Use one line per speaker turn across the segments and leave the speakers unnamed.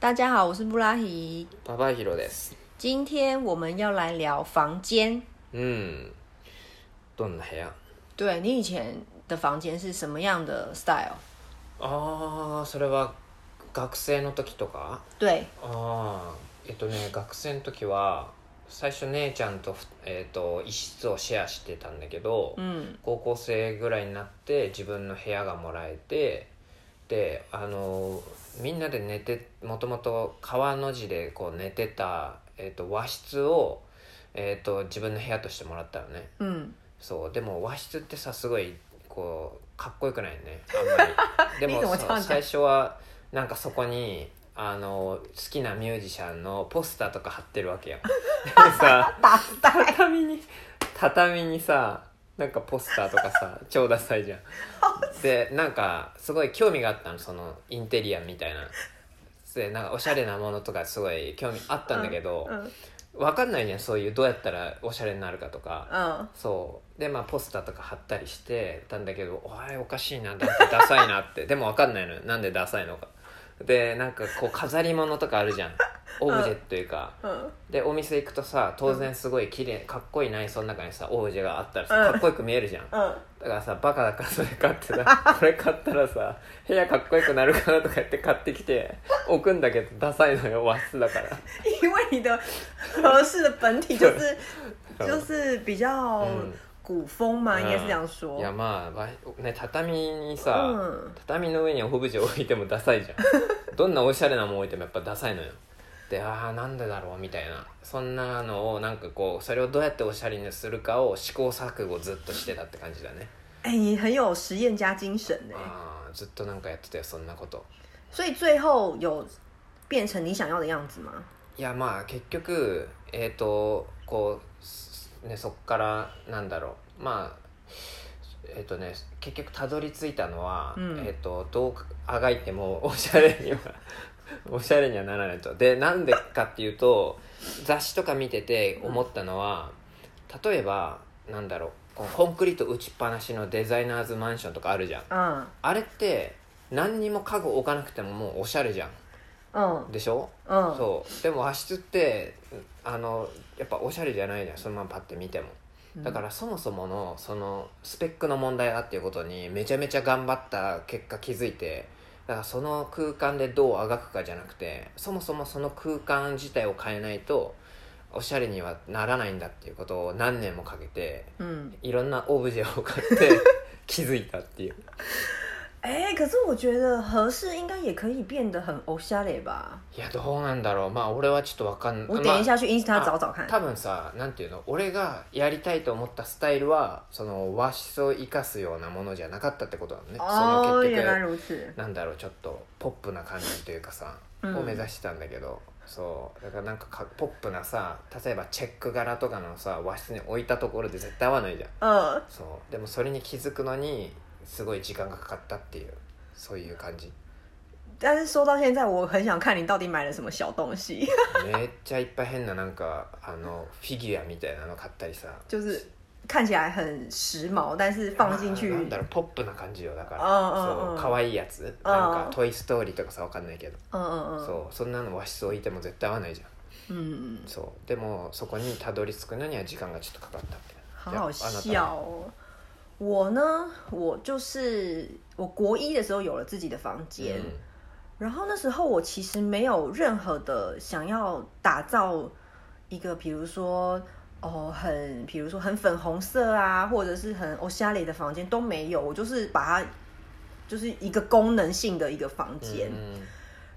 大家好，我是布拉提。
パパヒロです。
今天我们要来聊房间。
うん。どんな部屋
对你以前的房间是什么样的 style？
ああ、それは学生の時とか
对，
ああ、えっとね、学生の時は、最初姉ちゃんとふ、えっと一室をシェアしてたんだけど、
嗯，
高校生ぐらいになって自分の部屋がもらえてであのみんなで寝てもともと川の字でこう寝てた、えっと和室を、えっと自分の部屋としてもらったのね
嗯，
そうでも和室ってさすごいこうかっこよくないよねあ んまりで
いいと
も
思っちゃう
さ
んだ
最初はなんかそこにあの好きなミュージシャンのポスターとか貼ってるわ けよでさ
打打
畳に畳にさなんかポスターと かさ超ダサいじゃんでなんかすごい興味があったのそのインテリアみたいなでなんかおしゃれなものとかすごい興味あったんだけど、
嗯
わかんないじゃんそういうどうやったらおしゃれになるかとか、
嗯，
そうでまあポスターとか貼ったりしてたんだけど「おいおかしいなだってダサいな」ってでもわかんないのよなんでダサいのかでなんかこう飾り物とかあるじゃんオブジェというか、
嗯
でお店行くとさ当然すごい綺麗かっこいい内装の中にさオブジェがあったらさ
うん
かっこよく見えるじゃんだ
嗯，
からさバカだからそれ買ってさこれ買ったらさ部屋かっこよくなるかなとか言って買ってきて置くんだけどダサいのよ和室だから
因为你的合适的本体就是就是比较
嗯
古风嘛，应该是这样
い
说。
やまあわね畳にさ、
嗯，
畳の上にオブジェ置いてもダサいじゃんどんなおしゃれなもん置いてもやっぱダサいのよでああなんでだろうみたいなそんなのをなんかこうそれをどうやっておしゃれにするかを試行錯誤ずっとしてたって感じだね
哎，你很有实验家精神呢。
ああずっとなんかやってたよそんなこと
所以最后有变成你想要的样子吗？
いやまあ結局えっ、とこうすねそっからなんだろうまあえっ、とね結局たどり着いたのは、
うん
えっ、とどうあがいても おしゃれにはおしゃれにはならないとでなんでかっていうと雑誌とか見てて思ったのは例えばなんだろうこうコンクリート打ちっぱなしのデザイナーズマンションとかあるじゃん
嗯
あれって何にも家具置かなくてももうおしゃれじゃん
嗯
でしょ
嗯，
そうでも和室ってあのやっぱおしゃれじゃないじゃんそのままパッて見ても
嗯
だからそもそものそのスペックの問題だっていうことにめちゃめちゃ頑張った結果気づいてだからその空間でどうあがくかじゃなくてそもそもその空間自体を変えないとおしゃれにはならないんだっていうことを何年もかけて
嗯，
いろんなオブジェを買って 気づいたっていう
哎、可是我觉得合适应该也可以变得很欧夏嘞吧？
いやどうなんだろうまあ俺はちょっとわかんない
我等一下去 Insta
あ
找找看。
多分さなんていうの俺がやりたいと思ったスタイルはその和室を生かすようなものじゃなかったってことだねそ
哦，
の
原来
結局
如此。
なんだろうちょっとポップな感じというかさ、
うん
を目指してたんだけどそうだからなんかかポップなさ例えばチェック柄とかのさ和室に置いたところで絶対合わないじゃん
嗯，
そうでもそれに気づくのにすごい時間がかかったっていうそういう感じ
但是说到现在，我很想看你到底买了什么小东西，
めっちゃいっぱい変ななんかあのフィギュアみたいなの買ったりさ
就是看起来很时髦，但是放进去
あーなんだろうポップな感じよだから
うんうんうん
そう可愛いや
う
つ
ん
なんか「トイ・ストーリー」とかさわかんないけど
嗯嗯嗯
そうそんなの和室置いても絶対合わないじゃん
嗯，
そうでもそこにたどり着くのには時間がちょっとかかったみたいな
好好
じゃああなた
笑哦。我呢，我就是我国一的时候有了自己的房间，
嗯
然后那时候我其实没有任何的想要打造一个，比如说哦，很比如说很粉红色啊，或者是很欧夏里的房间都没有，我就是把它就是一个功能性的一个房
うん
间。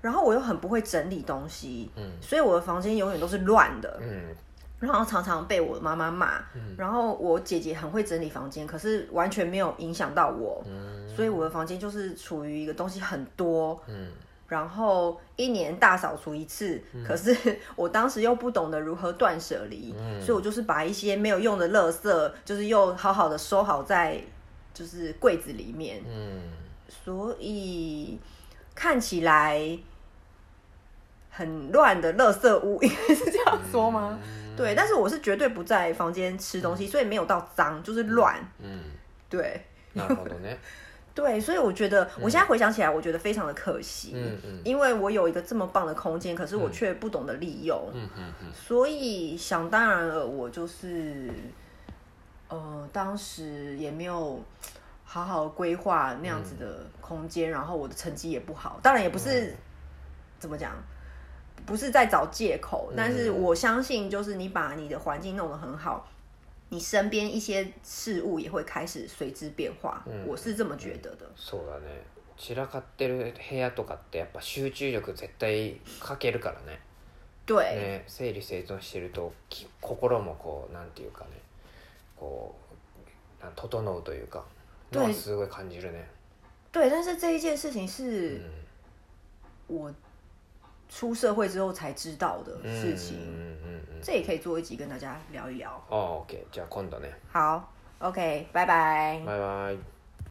然后我又很不会整理东西，
うん
所以我的房间永远都是乱的。
うんうん
然后常常被我妈妈骂，然后我姐姐很会整理房间，可是完全没有影响到我，
うん
所以我的房间就是处于一个东西很多，
うん
然后一年大扫除一次，可是 我当时又不懂得如何断舍离，
嗯
所以我就是把一些没有用的垃圾，就是又好好的收好在就是柜子里面，
うん
所以看起来很乱的垃圾屋，应该是这样说吗？
うん
对，但是我是绝对不在
嗯
房间吃东西，所以没有到脏，就是乱。
うん
对，
なるほどね
对，所以我觉得我现在回想起来，我觉得非常的可惜，
嗯嗯
因为我有一个这么棒的空间，可是我却不懂得利用，
嗯嗯嗯
所以想当然了，我就是，呃，当时也没有好好规划那样子的空间，然后我的成绩也不好，当然也不是、
嗯
怎么讲，不是在找借口，但
嗯
是我相信，就是你把你的环境弄得很好，你身边一些事物也会开始随之变化，
嗯
我是这么觉得的。
そうだね散らかってる部屋とかってやっぱ集中力絶対かけるからね
对，
ね整理整頓してるとき心もこうなんていうかねこうな整うというかのはすごい感じるね
对，但是这一件事情
う
是
ん
我出社会之后才知道的
うんうん
事情。
嗯うんうん
这也可以做一集跟大家聊一聊。
ああ OK じゃあ今度ね
好，OK，拜拜。
バイバイ